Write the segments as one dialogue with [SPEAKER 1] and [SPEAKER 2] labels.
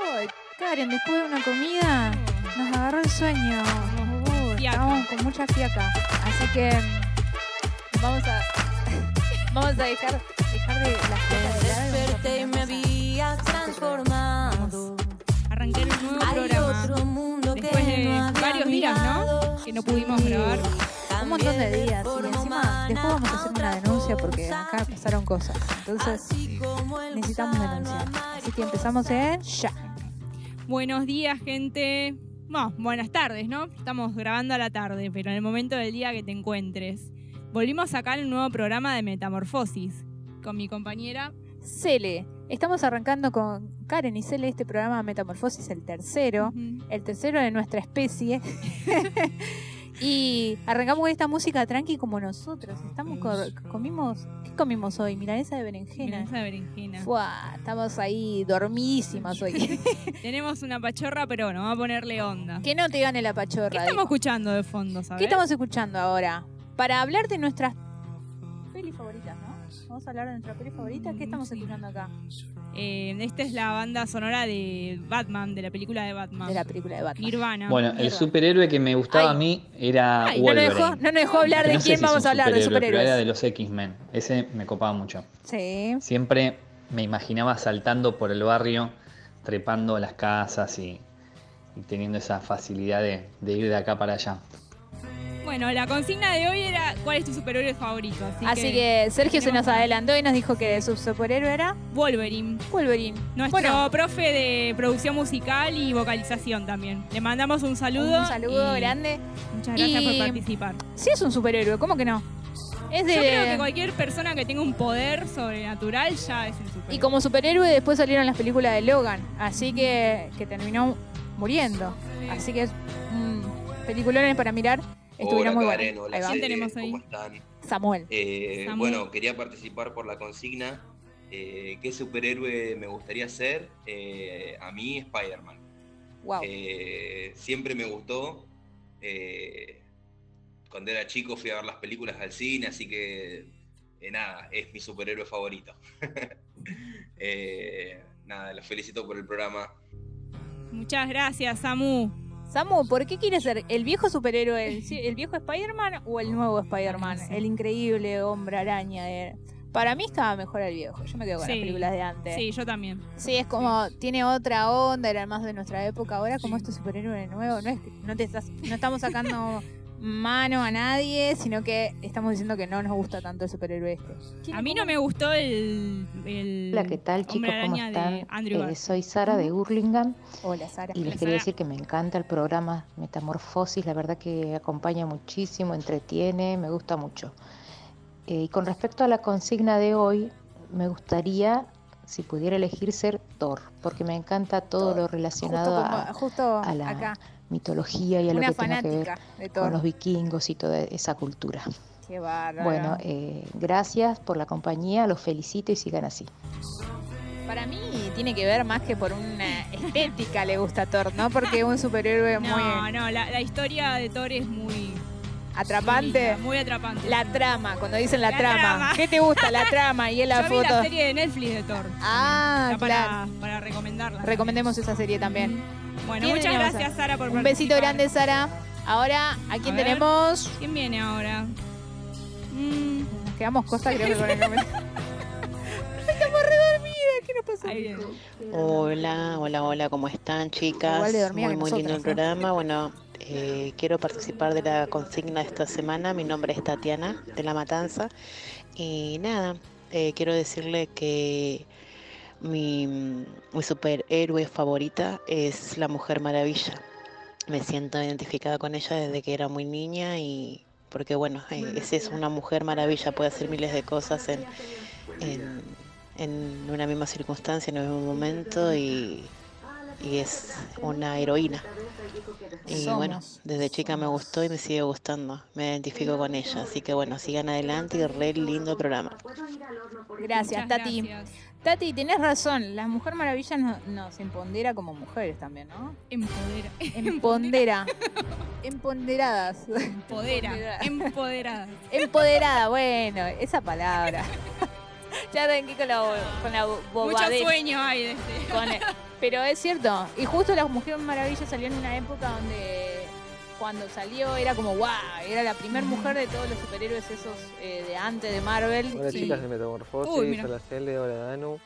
[SPEAKER 1] Uy, Karen, después de una comida nos agarró el sueño. Uh,
[SPEAKER 2] Fiaca.
[SPEAKER 1] estamos con mucha fiaca. Así que mm, vamos a, vamos a dejar, dejar de las cosas de lado y vamos a
[SPEAKER 3] Desperté y me
[SPEAKER 1] ponernos a-
[SPEAKER 3] había transformado.
[SPEAKER 2] Arranqué el nuevo
[SPEAKER 3] Hay
[SPEAKER 2] programa.
[SPEAKER 3] otro mundo que
[SPEAKER 2] Después de
[SPEAKER 3] no había
[SPEAKER 2] varios días, ¿no? Que no pudimos
[SPEAKER 3] Sí.
[SPEAKER 2] grabar.
[SPEAKER 1] Un montón de
[SPEAKER 3] Cambié
[SPEAKER 1] días y
[SPEAKER 3] forma
[SPEAKER 1] encima después vamos a
[SPEAKER 3] humana
[SPEAKER 1] hacer una
[SPEAKER 3] a
[SPEAKER 1] denuncia
[SPEAKER 3] otra
[SPEAKER 1] porque
[SPEAKER 3] cosa.
[SPEAKER 1] acá pasaron cosas. Entonces
[SPEAKER 3] Así como el
[SPEAKER 1] necesitamos
[SPEAKER 3] gusano
[SPEAKER 1] denunciar. Así que
[SPEAKER 3] amarillo
[SPEAKER 1] empezamos en ya.
[SPEAKER 2] Buenos días, gente. Bueno, buenas tardes, ¿no? Estamos grabando a la tarde, pero en el momento del día que te encuentres. Volvimos acá en un nuevo programa de Metamorfosis con mi compañera.
[SPEAKER 1] Cele, estamos arrancando con Karen y Cele este programa Metamorfosis, el tercero.
[SPEAKER 2] Ujú.
[SPEAKER 1] el tercero de nuestra especie. y arrancamos con esta música tranqui como nosotros.
[SPEAKER 4] Ah,
[SPEAKER 1] Estamos cor- comimos, ¿qué comimos hoy? Milanesa de berenjena.
[SPEAKER 2] Milanesa de berenjena.
[SPEAKER 1] Fuá, estamos ahí dormidísimas hoy.
[SPEAKER 2] Tenemos una pachorra, pero no, va a ponerle onda. ¿Qué,
[SPEAKER 1] que no te gane la pachorra.
[SPEAKER 2] estamos
[SPEAKER 1] digo.
[SPEAKER 2] escuchando de fondo, sabes?
[SPEAKER 1] ¿Qué estamos escuchando ahora? Para hablar de nuestras pelis favoritas, ¿no? Vamos a hablar de nuestra peli favorita. ¿Qué estamos
[SPEAKER 2] Sí.
[SPEAKER 1] escuchando acá?
[SPEAKER 2] Eh, esta es la banda sonora de Batman, de la película de Batman.
[SPEAKER 1] De la película de Batman.
[SPEAKER 2] Nirvana.
[SPEAKER 4] Bueno, el
[SPEAKER 1] Mierda.
[SPEAKER 4] superhéroe que me gustaba
[SPEAKER 1] Ay.
[SPEAKER 4] a mí era
[SPEAKER 2] Ay,
[SPEAKER 1] No nos,
[SPEAKER 4] Wolverine.
[SPEAKER 1] dejó, no nos dejó hablar
[SPEAKER 4] Que
[SPEAKER 1] de
[SPEAKER 4] no sé
[SPEAKER 1] quién
[SPEAKER 4] si es
[SPEAKER 1] vamos
[SPEAKER 4] un
[SPEAKER 1] a hablar, de
[SPEAKER 4] superhéroe, Pero era de
[SPEAKER 1] superhéroes.
[SPEAKER 4] los X-Men. Ese me copaba mucho.
[SPEAKER 1] Sí.
[SPEAKER 4] Siempre me imaginaba saltando por el barrio, trepando a las casas y, y teniendo esa facilidad de, de ir de acá para allá.
[SPEAKER 2] Bueno, la consigna de hoy era ¿cuál es tu superhéroe favorito? Así,
[SPEAKER 1] Así que Sergio se
[SPEAKER 2] tenemos-
[SPEAKER 1] nos adelantó y nos dijo que su superhéroe era
[SPEAKER 2] Wolverine,
[SPEAKER 1] Wolverine.
[SPEAKER 2] nuestro
[SPEAKER 1] Bueno,
[SPEAKER 2] profe de producción musical y vocalización también. Le mandamos un saludo.
[SPEAKER 1] un saludo
[SPEAKER 2] y
[SPEAKER 1] grande.
[SPEAKER 2] Muchas gracias
[SPEAKER 1] Y-
[SPEAKER 2] por participar.
[SPEAKER 1] Sí es un superhéroe, ¿cómo que no? Es de...
[SPEAKER 2] Yo creo que cualquier persona que tenga un poder sobrenatural ya es un superhéroe.
[SPEAKER 1] Y como superhéroe después salieron las películas de Logan, así que, que terminó muriendo. Así que es peliculones para mirar. Estuvieron
[SPEAKER 5] Hola,
[SPEAKER 1] muy
[SPEAKER 5] Karen,
[SPEAKER 1] buenas.
[SPEAKER 5] hola,
[SPEAKER 1] Ahí va.
[SPEAKER 5] Cele,
[SPEAKER 2] tenemos ahí?
[SPEAKER 5] ¿Cómo están?
[SPEAKER 1] Samuel.
[SPEAKER 5] Eh,
[SPEAKER 2] Samu.
[SPEAKER 5] bueno, quería participar por la consigna. Eh, ¿Qué superhéroe me gustaría ser? Eh, a mí, Spider-Man.
[SPEAKER 1] Wow.
[SPEAKER 5] Eh, siempre me gustó. Eh, cuando era chico fui a ver las películas al cine, así que eh, nada, es mi superhéroe favorito. Eh, nada, los felicito por el programa.
[SPEAKER 2] Muchas gracias, Samu.
[SPEAKER 1] Samu, ¿por qué quieres ser el viejo superhéroe, el, si- el viejo Spider-Man o el nuevo Spider-Man?
[SPEAKER 2] No sé.
[SPEAKER 1] El increíble hombre araña. de- Para mí estaba mejor el viejo. Yo me quedo con las
[SPEAKER 2] Sí.
[SPEAKER 1] películas de antes.
[SPEAKER 2] Sí, yo también.
[SPEAKER 1] Sí, es como, tiene otra onda, era más de nuestra época. Ahora, como este superhéroe nuevo, no, es que- no, te estás, no estamos sacando mano a nadie, sino que estamos diciendo que no nos gusta tanto el superhéroe este.
[SPEAKER 2] A mí no me gustó el. el
[SPEAKER 6] Hola, ¿qué tal
[SPEAKER 2] Hombre
[SPEAKER 6] chicos? ¿Cómo
[SPEAKER 2] Araña de
[SPEAKER 6] están?
[SPEAKER 2] Andrew
[SPEAKER 6] Eh,
[SPEAKER 2] Garfield.
[SPEAKER 6] soy Sara de Hurlingham
[SPEAKER 1] Hola, Sara.
[SPEAKER 6] y les
[SPEAKER 2] Hola,
[SPEAKER 6] quería
[SPEAKER 2] Sara.
[SPEAKER 6] decir que me encanta el programa Metamorfosis, la verdad que acompaña muchísimo, entretiene, me gusta mucho. Eh, y con respecto a la consigna de hoy, me gustaría, si pudiera elegir, ser Thor, porque me encanta todo
[SPEAKER 1] Thor.
[SPEAKER 6] lo
[SPEAKER 1] Justo,
[SPEAKER 6] relacionado a
[SPEAKER 1] como- justo
[SPEAKER 6] a la-
[SPEAKER 1] acá,
[SPEAKER 6] mitología y a lo
[SPEAKER 1] una
[SPEAKER 6] que tenga que ver
[SPEAKER 1] fanática de
[SPEAKER 6] con
[SPEAKER 1] Thor.
[SPEAKER 6] los vikingos y toda esa cultura.
[SPEAKER 1] Qué bárbaro.
[SPEAKER 6] Bueno, eh, gracias por la compañía, los felicito y sigan así.
[SPEAKER 1] Para mí tiene que ver más que por una estética le gusta a Thor, ¿no? Porque un superhéroe
[SPEAKER 2] No,
[SPEAKER 1] muy
[SPEAKER 2] no, la, la historia de Thor es muy.
[SPEAKER 1] atrapante.
[SPEAKER 2] muy- Muy atrapante.
[SPEAKER 1] La trama, cuando dicen la,
[SPEAKER 2] La
[SPEAKER 1] trama.
[SPEAKER 2] trama.
[SPEAKER 1] ¿Qué te gusta? La trama y en la
[SPEAKER 2] yo
[SPEAKER 1] foto.
[SPEAKER 2] vi la serie de Netflix de Thor.
[SPEAKER 1] Ah,
[SPEAKER 2] Está
[SPEAKER 1] claro.
[SPEAKER 2] para, para recomendarla.
[SPEAKER 1] Recomendemos esa serie también.
[SPEAKER 2] Bueno,
[SPEAKER 1] ¿Quién
[SPEAKER 2] muchas
[SPEAKER 1] tenemos
[SPEAKER 2] gracias, Sara, por
[SPEAKER 1] Un besito
[SPEAKER 2] participar.
[SPEAKER 1] grande, Sara. Ahora, ¿a quién
[SPEAKER 2] A ver.
[SPEAKER 1] tenemos?
[SPEAKER 2] ¿Quién viene ahora? Mm,
[SPEAKER 1] Nos quedamos costa, creo que con el nombre. Estamos redormidas. ¿Qué nos pasó?
[SPEAKER 2] ahí viene.
[SPEAKER 7] Hola, hola, hola, ¿cómo están chicas?
[SPEAKER 1] Igual de dormida
[SPEAKER 7] Muy,
[SPEAKER 1] que
[SPEAKER 7] muy lindo el
[SPEAKER 1] nosotras, ¿eh?
[SPEAKER 7] programa. Bueno, eh, quiero participar de la consigna de esta semana. Mi nombre es Tatiana de La Matanza. Y nada, eh, quiero decirle que mi, mi superhéroe favorita es la Mujer Maravilla. Me siento identificada con ella desde que era muy niña y porque bueno, eh, es eso, una Mujer Maravilla, puede hacer miles de cosas en en, en una misma circunstancia, en el mismo momento y, y es una heroína. Y bueno,
[SPEAKER 1] Somos,
[SPEAKER 7] desde chica me gustó y me sigue gustando, me identifico con ella, así que bueno, sigan adelante y re lindo programa.
[SPEAKER 1] Gracias,
[SPEAKER 2] Muchas
[SPEAKER 1] Tati.
[SPEAKER 2] gracias.
[SPEAKER 1] Tati, tenés razón. La Mujer Maravilla no- nos empodera como mujeres también, ¿no?
[SPEAKER 2] Empodera.
[SPEAKER 1] Empondera. Empoderadas.
[SPEAKER 2] Empodera. Empoderada.
[SPEAKER 1] Empoderada, bueno, esa palabra.
[SPEAKER 8] Ya arranqué con la, bo- con la bo-
[SPEAKER 2] Mucho
[SPEAKER 8] bobadez.
[SPEAKER 2] sueño hay de este.
[SPEAKER 8] Con el-
[SPEAKER 1] Pero es cierto, y justo las Mujeres Maravillas salió en una época donde cuando salió era como wow, era la primer mujer de todos los superhéroes esos eh, de antes de Marvel.
[SPEAKER 9] Hola
[SPEAKER 1] Sí.
[SPEAKER 9] chicas de Metamorfosis,
[SPEAKER 2] Uy, mira.
[SPEAKER 9] hola Cele, hola Danu,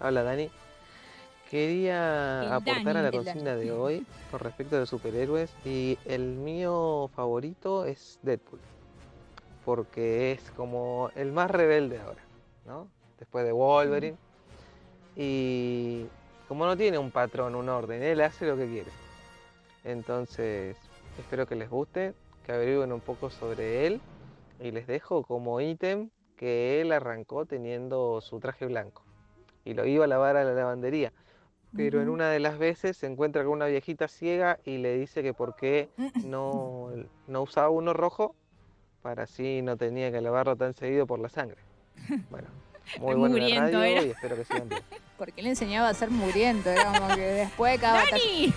[SPEAKER 9] hola Dani. Quería
[SPEAKER 2] El
[SPEAKER 9] aportar
[SPEAKER 2] Dani,
[SPEAKER 9] a la
[SPEAKER 1] el Dani.
[SPEAKER 9] consigna de hoy con respecto a los superhéroes y el mío favorito es Deadpool, porque es como el más rebelde ahora, ¿no? Después de Wolverine. Y como no tiene un patrón, un orden, él hace lo que quiere. Entonces, espero que les guste, que averigüen un poco sobre él y les dejo como ítem que él arrancó teniendo su traje blanco y lo iba a lavar a la lavandería. Pero en una de las veces se encuentra con una viejita ciega y le dice que por qué no, no usaba uno rojo para así no tenía que lavarlo tan seguido por la sangre. Bueno, muy
[SPEAKER 2] Re
[SPEAKER 9] buena la
[SPEAKER 2] mugriento
[SPEAKER 9] radio
[SPEAKER 2] era.
[SPEAKER 9] y espero que sigan bien.
[SPEAKER 1] Porque le enseñaba a ser mugriento, era como que después de cada batalla.
[SPEAKER 2] Sí.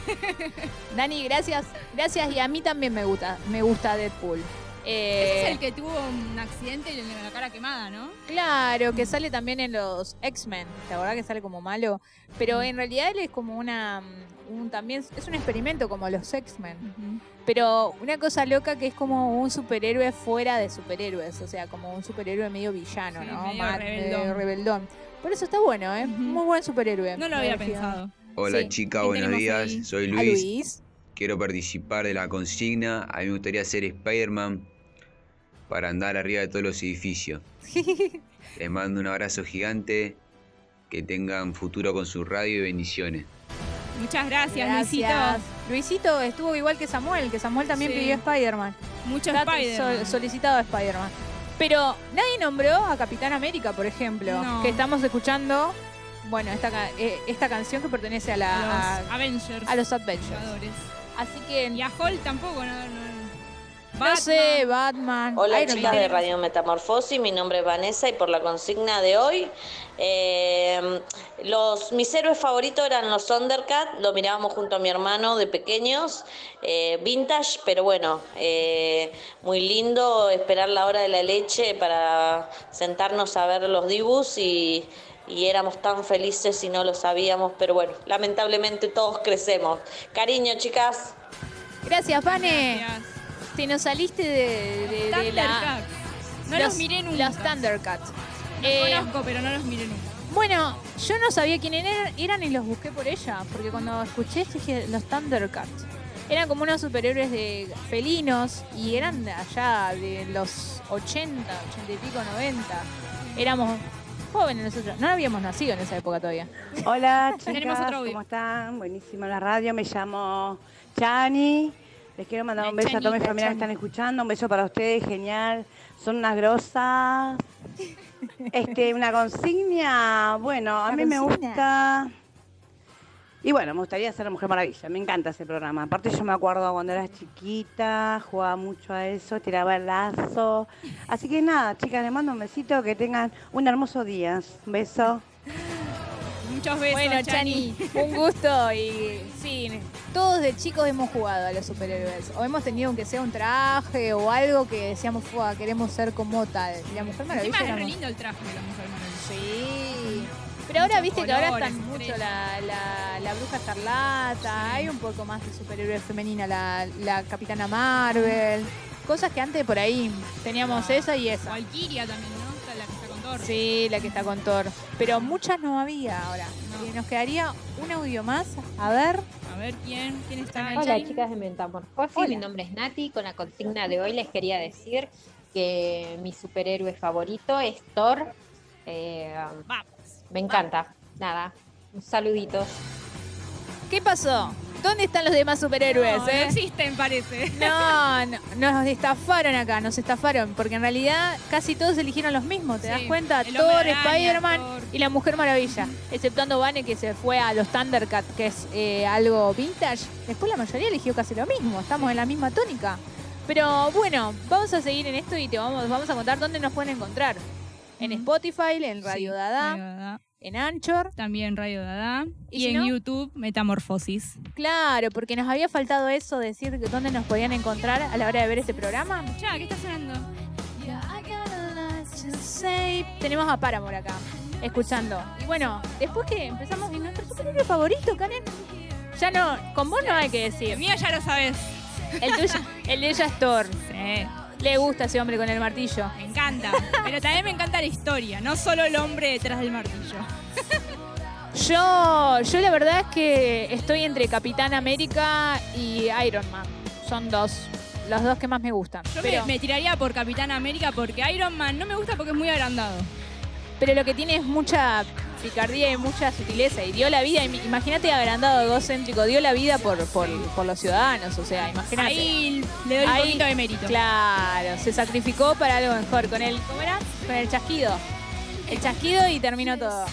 [SPEAKER 1] Dani, gracias, gracias y a mí también me gusta, me gusta Deadpool. Eh,
[SPEAKER 2] Ese es el que tuvo un accidente y le la cara quemada, ¿no?
[SPEAKER 1] Claro, que sale también en los X-Men. La verdad que sale como malo. Pero en realidad él es como una. mm, Un, también es un experimento como los X-Men. Pero una cosa loca que es como un superhéroe fuera de superhéroes. O sea, como un superhéroe medio villano,
[SPEAKER 2] Sí,
[SPEAKER 1] ¿no?
[SPEAKER 2] medio
[SPEAKER 1] Ma-
[SPEAKER 2] rebeldón.
[SPEAKER 1] eh, rebeldón. Por eso está bueno, ¿eh?
[SPEAKER 2] Ujú.
[SPEAKER 1] Muy buen superhéroe.
[SPEAKER 2] No lo había
[SPEAKER 1] Elegido.
[SPEAKER 2] pensado.
[SPEAKER 10] Hola
[SPEAKER 1] Sí,
[SPEAKER 10] chica,
[SPEAKER 2] ¿quién
[SPEAKER 10] buenos
[SPEAKER 2] tenemos
[SPEAKER 10] días.
[SPEAKER 2] ahí?
[SPEAKER 10] Soy
[SPEAKER 1] A
[SPEAKER 10] Luis.
[SPEAKER 1] Luis.
[SPEAKER 10] Quiero participar de la consigna. A mí me gustaría ser Spider-Man para andar arriba de todos los edificios. Les mando un abrazo gigante. Que tengan futuro con su radio y bendiciones.
[SPEAKER 2] Muchas gracias,
[SPEAKER 1] Gracias.
[SPEAKER 2] Luisito.
[SPEAKER 1] Luisito estuvo igual que Samuel, que Samuel también
[SPEAKER 2] Sí.
[SPEAKER 1] pidió Spider-Man.
[SPEAKER 2] Mucho
[SPEAKER 1] Está
[SPEAKER 2] Spider.
[SPEAKER 1] sol- solicitado a Spider-Man. Pero nadie nombró a Capitán América, por ejemplo,
[SPEAKER 2] No.
[SPEAKER 1] que estamos escuchando, bueno, esta, ca- eh, esta canción que pertenece a, la,
[SPEAKER 2] a
[SPEAKER 1] a,
[SPEAKER 2] los Avengers.
[SPEAKER 1] a los Adventures.
[SPEAKER 2] Vengadores.
[SPEAKER 1] Así que
[SPEAKER 2] Y
[SPEAKER 1] no
[SPEAKER 2] a Hulk tampoco, no, no.
[SPEAKER 1] sé, Batman.
[SPEAKER 8] Hola
[SPEAKER 1] Iron
[SPEAKER 8] chicas
[SPEAKER 1] Man.
[SPEAKER 8] de Radio Metamorfosis, mi nombre es Vanessa y por la consigna de hoy, eh, los, mis héroes favoritos eran los Thundercats, lo mirábamos junto a mi hermano de pequeños, eh, vintage, pero bueno, eh, muy lindo esperar la hora de la leche para sentarnos a ver los dibus y, y éramos tan felices y no lo sabíamos, pero bueno, lamentablemente todos crecemos. Cariño chicas.
[SPEAKER 1] Gracias, Vane.
[SPEAKER 2] Gracias.
[SPEAKER 1] Te nos saliste de, de- de la...
[SPEAKER 2] Thundercats. No los, miré nunca.
[SPEAKER 1] Los Thundercats.
[SPEAKER 2] Los
[SPEAKER 1] Eh,
[SPEAKER 2] conozco, pero no los miré nunca.
[SPEAKER 1] bueno, yo no sabía quiénes eran, eran y los busqué por ella, porque cuando escuché dije los Thundercats. Eran como unos superhéroes de felinos y eran de allá de los 80, 80 y pico, 90. Éramos jóvenes nosotros, no habíamos nacido en esa época todavía.
[SPEAKER 11] Hola
[SPEAKER 2] Tenemos
[SPEAKER 11] chicas,
[SPEAKER 2] otro audio.
[SPEAKER 11] ¿cómo están? Buenísima la radio, me llamo Chani. Les quiero mandar un
[SPEAKER 2] La
[SPEAKER 11] beso a toda mi
[SPEAKER 2] Chanita,
[SPEAKER 11] familia que
[SPEAKER 2] Chani.
[SPEAKER 11] están escuchando, un beso para ustedes, genial. Son unas grosas. Este, una consigna, bueno, a
[SPEAKER 1] Una
[SPEAKER 11] mí me
[SPEAKER 1] consigna.
[SPEAKER 11] gusta. Y bueno, me gustaría ser la Mujer Maravilla, me encanta ese programa. Aparte yo me acuerdo cuando era chiquita, jugaba mucho a eso, tiraba el lazo. Así que nada, chicas, les mando un besito, que tengan un hermoso día. Un beso.
[SPEAKER 2] Muchos besos,
[SPEAKER 1] bueno,
[SPEAKER 2] Chani.
[SPEAKER 1] Chani, un gusto y sí, todos de chicos hemos jugado a los superhéroes o hemos tenido aunque sea un traje o algo que decíamos, "Fua, queremos ser como tal. Y la Mujer Maravilla
[SPEAKER 2] Encima es re
[SPEAKER 1] éramos-
[SPEAKER 2] lindo el traje de la Mujer Maravilla.
[SPEAKER 1] Sí. Pero ahora
[SPEAKER 2] Muchos
[SPEAKER 1] viste que ahora
[SPEAKER 2] colores,
[SPEAKER 1] están mucho
[SPEAKER 2] estrellas.
[SPEAKER 1] la, la- la bruja escarlata, hay un poco más de superhéroe femenina, la, la capitana Marvel, cosas que antes por ahí teníamos
[SPEAKER 2] Ah.
[SPEAKER 1] esa y esa.
[SPEAKER 2] Valkyria también, ¿no? Está La que está con Thor.
[SPEAKER 1] Sí, la que está con Thor. Pero muchas no había ahora.
[SPEAKER 2] No.
[SPEAKER 1] Y nos quedaría un audio más. A ver.
[SPEAKER 2] A ver quién, quién está
[SPEAKER 8] Hola,
[SPEAKER 2] en el chat.
[SPEAKER 8] de Metamorfosis,
[SPEAKER 1] mi
[SPEAKER 8] nombre es Nati, con la consigna de hoy les quería decir que mi superhéroe favorito es Thor. Eh,
[SPEAKER 2] Vamos.
[SPEAKER 8] Me encanta. Nada. Un saludito.
[SPEAKER 1] ¿Qué pasó? ¿Dónde están los demás superhéroes?
[SPEAKER 2] No,
[SPEAKER 1] eh?
[SPEAKER 2] no existen, parece.
[SPEAKER 1] No, no, nos estafaron acá, nos estafaron, porque en realidad casi todos eligieron los mismos, ¿te
[SPEAKER 2] Sí,
[SPEAKER 1] das cuenta?
[SPEAKER 2] el
[SPEAKER 1] Thor,
[SPEAKER 2] Hombre Araña,
[SPEAKER 1] Spider-Man
[SPEAKER 2] Thor.
[SPEAKER 1] y la Mujer Maravilla, exceptuando Vane que se fue a los Thundercats, que es eh, algo vintage. Después la mayoría eligió casi lo mismo, estamos en la misma tónica. Pero bueno, vamos a seguir en esto y te vamos, vamos a contar dónde nos pueden encontrar. En
[SPEAKER 2] Ujú.
[SPEAKER 1] Spotify, en Radio
[SPEAKER 2] Sí,
[SPEAKER 1] Dada,
[SPEAKER 2] Radio Dada.
[SPEAKER 1] en Anchor.
[SPEAKER 2] También Radio Dada.
[SPEAKER 1] ¿Y
[SPEAKER 2] Y,
[SPEAKER 1] si
[SPEAKER 2] en
[SPEAKER 1] no?
[SPEAKER 2] YouTube, Metamorfosis.
[SPEAKER 1] Claro, porque nos había faltado eso, decir que dónde nos podían encontrar a la hora de ver este programa.
[SPEAKER 2] Ya, ¿qué está sonando?
[SPEAKER 1] Tenemos a Paramore acá, escuchando. Y bueno, después que empezamos en nuestro superhéroe favorito, Karen, ya no, con vos no hay que decir.
[SPEAKER 2] Mía ya lo sabes.
[SPEAKER 1] El, tuyo, el de ella es Thor. Le gusta ese hombre con el martillo.
[SPEAKER 2] Me encanta. Pero también me encanta la historia, no solo el hombre detrás del martillo.
[SPEAKER 1] Yo, yo la verdad es que estoy entre Capitán América y Iron Man. Son dos, los dos que más me gustan.
[SPEAKER 2] Yo me-
[SPEAKER 1] pero,
[SPEAKER 2] me, tiraría por Capitán América porque Iron Man no me gusta porque es muy agrandado.
[SPEAKER 1] pero lo que tiene es mucha picardía y mucha sutileza. Y dio la vida, im- imagínate agrandado, egocéntrico, dio la vida por, por, por los ciudadanos. O sea, imagínate.
[SPEAKER 2] Ahí le doy un
[SPEAKER 1] Ahí,
[SPEAKER 2] poquito de mérito.
[SPEAKER 1] Claro, se sacrificó para algo mejor. Con el, ¿cómo era? Con el chasquido. El chasquido y terminó todo.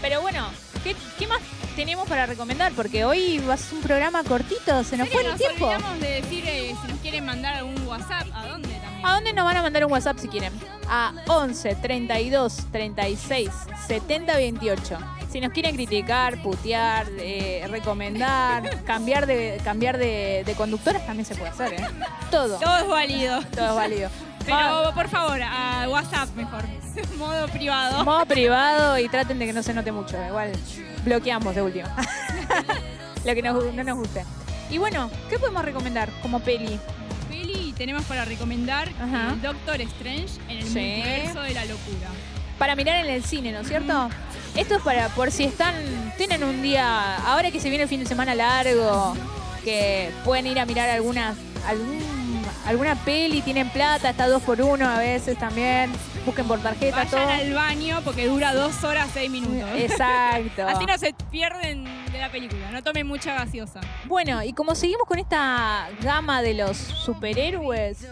[SPEAKER 1] Pero bueno, ¿qué, qué más tenemos para recomendar? Porque hoy vas un programa cortito, se nos
[SPEAKER 2] ¿En
[SPEAKER 1] fue
[SPEAKER 2] serio
[SPEAKER 1] el tiempo.
[SPEAKER 2] olvidamos de decir eh, si nos quieren mandar algún WhatsApp, ¿a dónde también?
[SPEAKER 1] ¿A dónde nos van a mandar un WhatsApp si quieren? A 11 32 36 70 28. Si nos quieren criticar, putear, eh, recomendar, cambiar de cambiar de, de conductoras también se puede hacer, ¿eh? Todo.
[SPEAKER 2] Todo es válido.
[SPEAKER 1] Todo es válido.
[SPEAKER 2] Pero por favor, a WhatsApp mejor. Modo privado.
[SPEAKER 1] Modo privado y traten de que no se note mucho. ¿eh? Igual bloqueamos de último. Lo que nos- no nos guste. Y bueno, ¿qué podemos recomendar como peli?
[SPEAKER 2] Peli tenemos para recomendar
[SPEAKER 1] Ajá.
[SPEAKER 2] el Doctor Strange en el
[SPEAKER 1] Sí.
[SPEAKER 2] multiverso de la locura.
[SPEAKER 1] Para mirar en el cine, ¿no es cierto? Esto es para por si están, tienen un día, ahora que se viene el fin de semana largo, que pueden ir a mirar algunas, algún- alguna peli, tienen plata, está dos por uno a veces también, busquen por tarjeta,
[SPEAKER 2] Vayan
[SPEAKER 1] todo.
[SPEAKER 2] al baño porque dura dos horas seis minutos.
[SPEAKER 1] Exacto.
[SPEAKER 2] Así no se pierden de la película. No tomen mucha gaseosa.
[SPEAKER 1] Bueno, y como seguimos con esta gama de los superhéroes,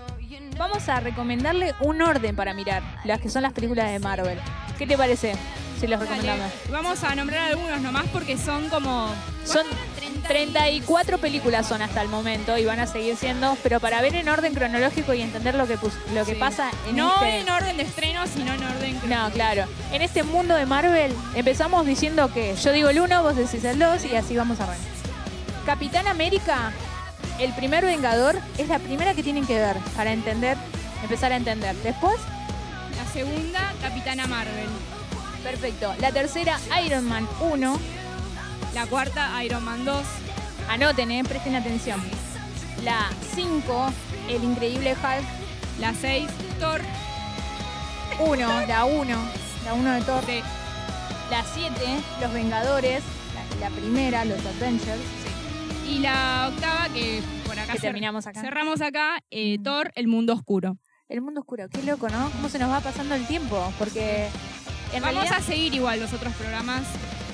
[SPEAKER 1] vamos a recomendarle un orden para mirar, las que son las películas de Marvel. ¿Qué te parece si los
[SPEAKER 2] Dale,
[SPEAKER 1] recomendamos?
[SPEAKER 2] Vamos a nombrar algunos nomás porque son como.
[SPEAKER 1] Son 34 películas son hasta el momento y van a seguir siendo, pero para ver en orden cronológico y entender lo que, pus- lo que
[SPEAKER 2] Sí.
[SPEAKER 1] pasa en
[SPEAKER 2] No
[SPEAKER 1] este...
[SPEAKER 2] en orden de estreno, sino en orden.
[SPEAKER 1] No, claro. En este mundo de Marvel empezamos diciendo que yo digo el 1, vos decís el 2 y así vamos a ver. Capitán América, el primer Vengador, es la primera que tienen que ver para entender, empezar a entender. Después,
[SPEAKER 2] La segunda, Capitana Marvel.
[SPEAKER 1] perfecto. La tercera, Iron Man 1.
[SPEAKER 2] La cuarta, Iron Man 2.
[SPEAKER 1] Anoten, eh, presten atención. La 5, El Increíble Hulk.
[SPEAKER 2] La 6, Thor.
[SPEAKER 1] 1, la 1. La 1 de Thor. La 7, Los Vengadores. La, la primera, Los Avengers.
[SPEAKER 2] Y la octava, que por acá
[SPEAKER 1] Que
[SPEAKER 2] cer-
[SPEAKER 1] terminamos acá.
[SPEAKER 2] Cerramos acá, eh, Thor, el mundo oscuro.
[SPEAKER 1] El mundo oscuro, qué loco, ¿no? Cómo se nos va pasando el tiempo, porque en
[SPEAKER 2] Vamos
[SPEAKER 1] realidad
[SPEAKER 2] a seguir igual los otros programas.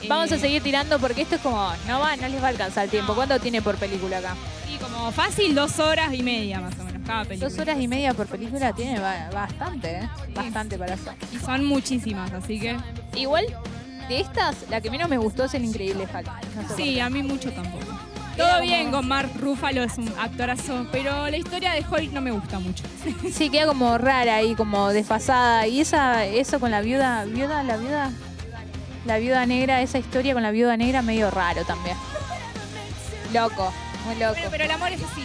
[SPEAKER 2] eh,
[SPEAKER 1] vamos a seguir tirando porque esto es como, no va, no les va a alcanzar el tiempo. ¿Cuánto tiene por película acá?
[SPEAKER 2] Sí, como fácil, dos horas y media más o menos, cada película.
[SPEAKER 1] Dos horas y media por película tiene ba- bastante, ¿eh? Bastante para hacer.
[SPEAKER 2] Y son muchísimas, así que.
[SPEAKER 1] Igual, de estas, la que menos me gustó es El Increíble Hulk. No sé
[SPEAKER 2] Sí, a mí mucho tampoco. Todo bien con Mark Ruffalo, es un actorazo, pero la historia de Hulk no me gusta mucho.
[SPEAKER 1] por qué. Sí, queda como rara ahí, como desfasada. Y esa, eso con la viuda, viuda, la viuda, la viuda negra, esa historia con la viuda negra medio raro también. Loco, muy loco.
[SPEAKER 2] Bueno, pero el amor es así.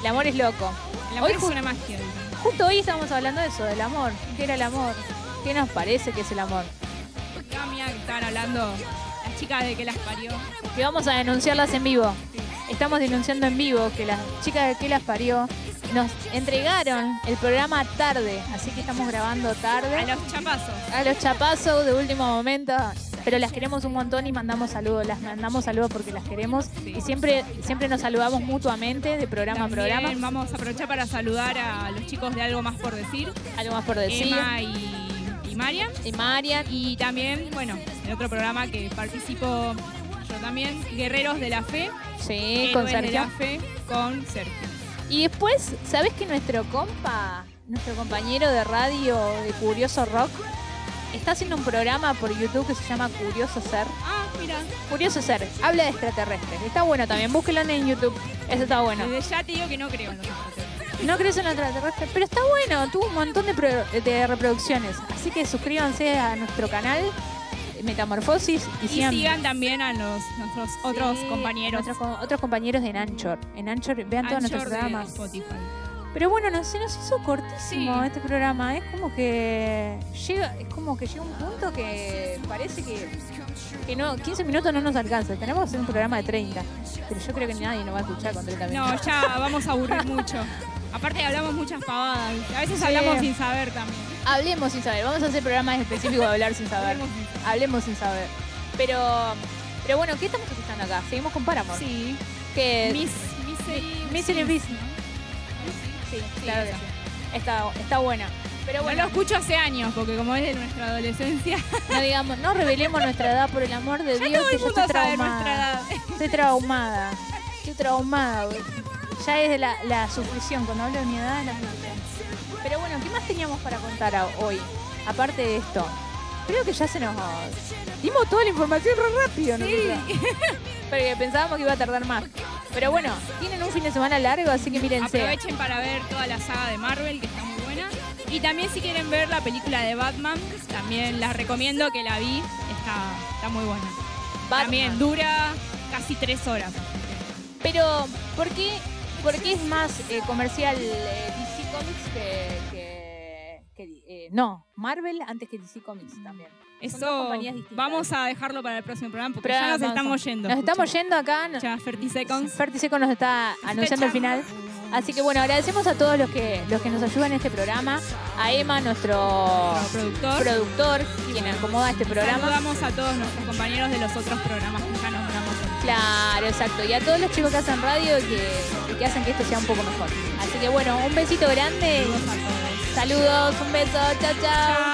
[SPEAKER 1] El amor es loco.
[SPEAKER 2] El amor
[SPEAKER 1] Hoy
[SPEAKER 2] es
[SPEAKER 1] ju-
[SPEAKER 2] una magia.
[SPEAKER 1] Justo hoy estábamos hablando de eso, del amor. ¿Qué era el amor? ¿Qué nos parece que es el amor?
[SPEAKER 2] Acá, mira, que estaban hablando las chicas de que las parió.
[SPEAKER 1] Que vamos a denunciarlas en vivo. Estamos denunciando en vivo que las chicas de que las parió nos entregaron el programa tarde, así que estamos grabando tarde.
[SPEAKER 2] A los chapazos.
[SPEAKER 1] A los chapazos de último momento. Pero las queremos un montón y mandamos saludos. Las mandamos saludos porque las queremos. Y siempre, siempre nos saludamos mutuamente de programa a
[SPEAKER 2] También
[SPEAKER 1] programa.
[SPEAKER 2] Vamos a aprovechar para saludar a los chicos de Algo Más por Decir.
[SPEAKER 1] Algo Más por
[SPEAKER 2] Eh,
[SPEAKER 1] Decir.
[SPEAKER 2] Emma y, y Marian.
[SPEAKER 1] Y Marian.
[SPEAKER 2] Y también, bueno, el otro programa que participo yo también, Guerreros de la Fe.
[SPEAKER 1] Sí, con
[SPEAKER 2] Héroes
[SPEAKER 1] Sergio.
[SPEAKER 2] de la Fe con Sergio.
[SPEAKER 1] Y después, ¿sabes que nuestro compa, nuestro compañero de radio de Curioso Rock, está haciendo un programa por YouTube que se llama Curioso Ser?
[SPEAKER 2] Ah, mira.
[SPEAKER 1] Curioso Ser, habla de extraterrestres. Está bueno también, búsquenlo en YouTube. Eso está bueno.
[SPEAKER 2] Desde ya te digo que no creo en los extraterrestres.
[SPEAKER 1] No crees en los extraterrestres, pero está bueno. Tuvo un montón de, pro- de reproducciones. Así que suscríbanse a nuestro canal Metamorfosis y,
[SPEAKER 2] Y sigan también a los nuestros otros
[SPEAKER 1] Sí,
[SPEAKER 2] compañeros.
[SPEAKER 1] nuestros co- otros compañeros en Anchor. En Anchor, vean todos
[SPEAKER 2] Anchor
[SPEAKER 1] nuestros
[SPEAKER 2] de
[SPEAKER 1] programas.
[SPEAKER 2] Spotify.
[SPEAKER 1] Pero bueno, no, se nos hizo cortísimo este programa. Es como que llega, es como que llega un punto que parece que, que no, 15 minutos no nos alcanza. Tenemos que hacer un programa de 30. Pero yo creo que nadie nos va a escuchar con 30
[SPEAKER 2] No,
[SPEAKER 1] minutos.
[SPEAKER 2] ya vamos a aburrir mucho. Aparte hablamos muchas pavadas. A veces
[SPEAKER 1] Sí.
[SPEAKER 2] hablamos sin saber también.
[SPEAKER 1] Hablemos sin saber. Vamos a hacer programas específicos de hablar sin saber. Hablemos sin saber. Pero, pero bueno, ¿qué estamos escuchando acá? Seguimos con Paramore.
[SPEAKER 2] Sí.
[SPEAKER 1] Que
[SPEAKER 2] Miss,
[SPEAKER 1] Miss Elvis. Sí, claro que
[SPEAKER 2] esa.
[SPEAKER 1] sí. Está, está buena. Pero
[SPEAKER 2] bueno, lo escucho hace años, porque como es de nuestra adolescencia.
[SPEAKER 1] No digamos, no revelemos nuestra edad por el amor de
[SPEAKER 2] Ya
[SPEAKER 1] Dios.
[SPEAKER 2] todo
[SPEAKER 1] que
[SPEAKER 2] el
[SPEAKER 1] yo
[SPEAKER 2] mundo
[SPEAKER 1] estoy
[SPEAKER 2] sabe
[SPEAKER 1] traumada.
[SPEAKER 2] nuestra edad.
[SPEAKER 1] Estoy traumada. Estoy traumada. güey. Ya es la, la sufrición. Cuando hablo de mi edad, la sufrición. Pero bueno, ¿qué más teníamos para contar a- hoy? Aparte de esto. Creo que ya se nos... Dimos toda la información re rápido, ¿no? Porque pensábamos que iba a tardar más. Pero bueno, tienen un fin de semana largo, así que mírense.
[SPEAKER 2] Aprovechen para ver toda la saga de Marvel, que está muy buena. Y también si quieren ver la película de Batman, también las recomiendo que la vi. Está, está muy buena. También dura casi tres horas.
[SPEAKER 1] Pero, ¿por qué, por qué es más eh, comercial eh, DC Comics que, que- que, eh, no, Marvel antes que DC Comics
[SPEAKER 2] Mm.
[SPEAKER 1] también? Son dos
[SPEAKER 2] Eso
[SPEAKER 1] compañías
[SPEAKER 2] vamos a dejarlo para el próximo programa porque
[SPEAKER 1] Pero
[SPEAKER 2] ya nos
[SPEAKER 1] vamos
[SPEAKER 2] estamos
[SPEAKER 1] a-
[SPEAKER 2] yendo.
[SPEAKER 1] Nos estamos
[SPEAKER 2] escucha.
[SPEAKER 1] yendo acá. no-
[SPEAKER 2] Ya, 30 Seconds.
[SPEAKER 1] Ferti Seco nos está anunciando el final. Así que bueno, agradecemos a todos los que, los que nos ayudan en este programa. A Emma, nuestro
[SPEAKER 2] productor.
[SPEAKER 1] productor, quien acomoda este programa.
[SPEAKER 2] Saludamos a todos nuestros compañeros de los otros programas que ya nombramos.
[SPEAKER 1] Claro, exacto. Y a todos los chicos que hacen radio y que, y que hacen que esto sea un poco mejor. Así que bueno, un besito grande. Saludos, un beso, chao, chao.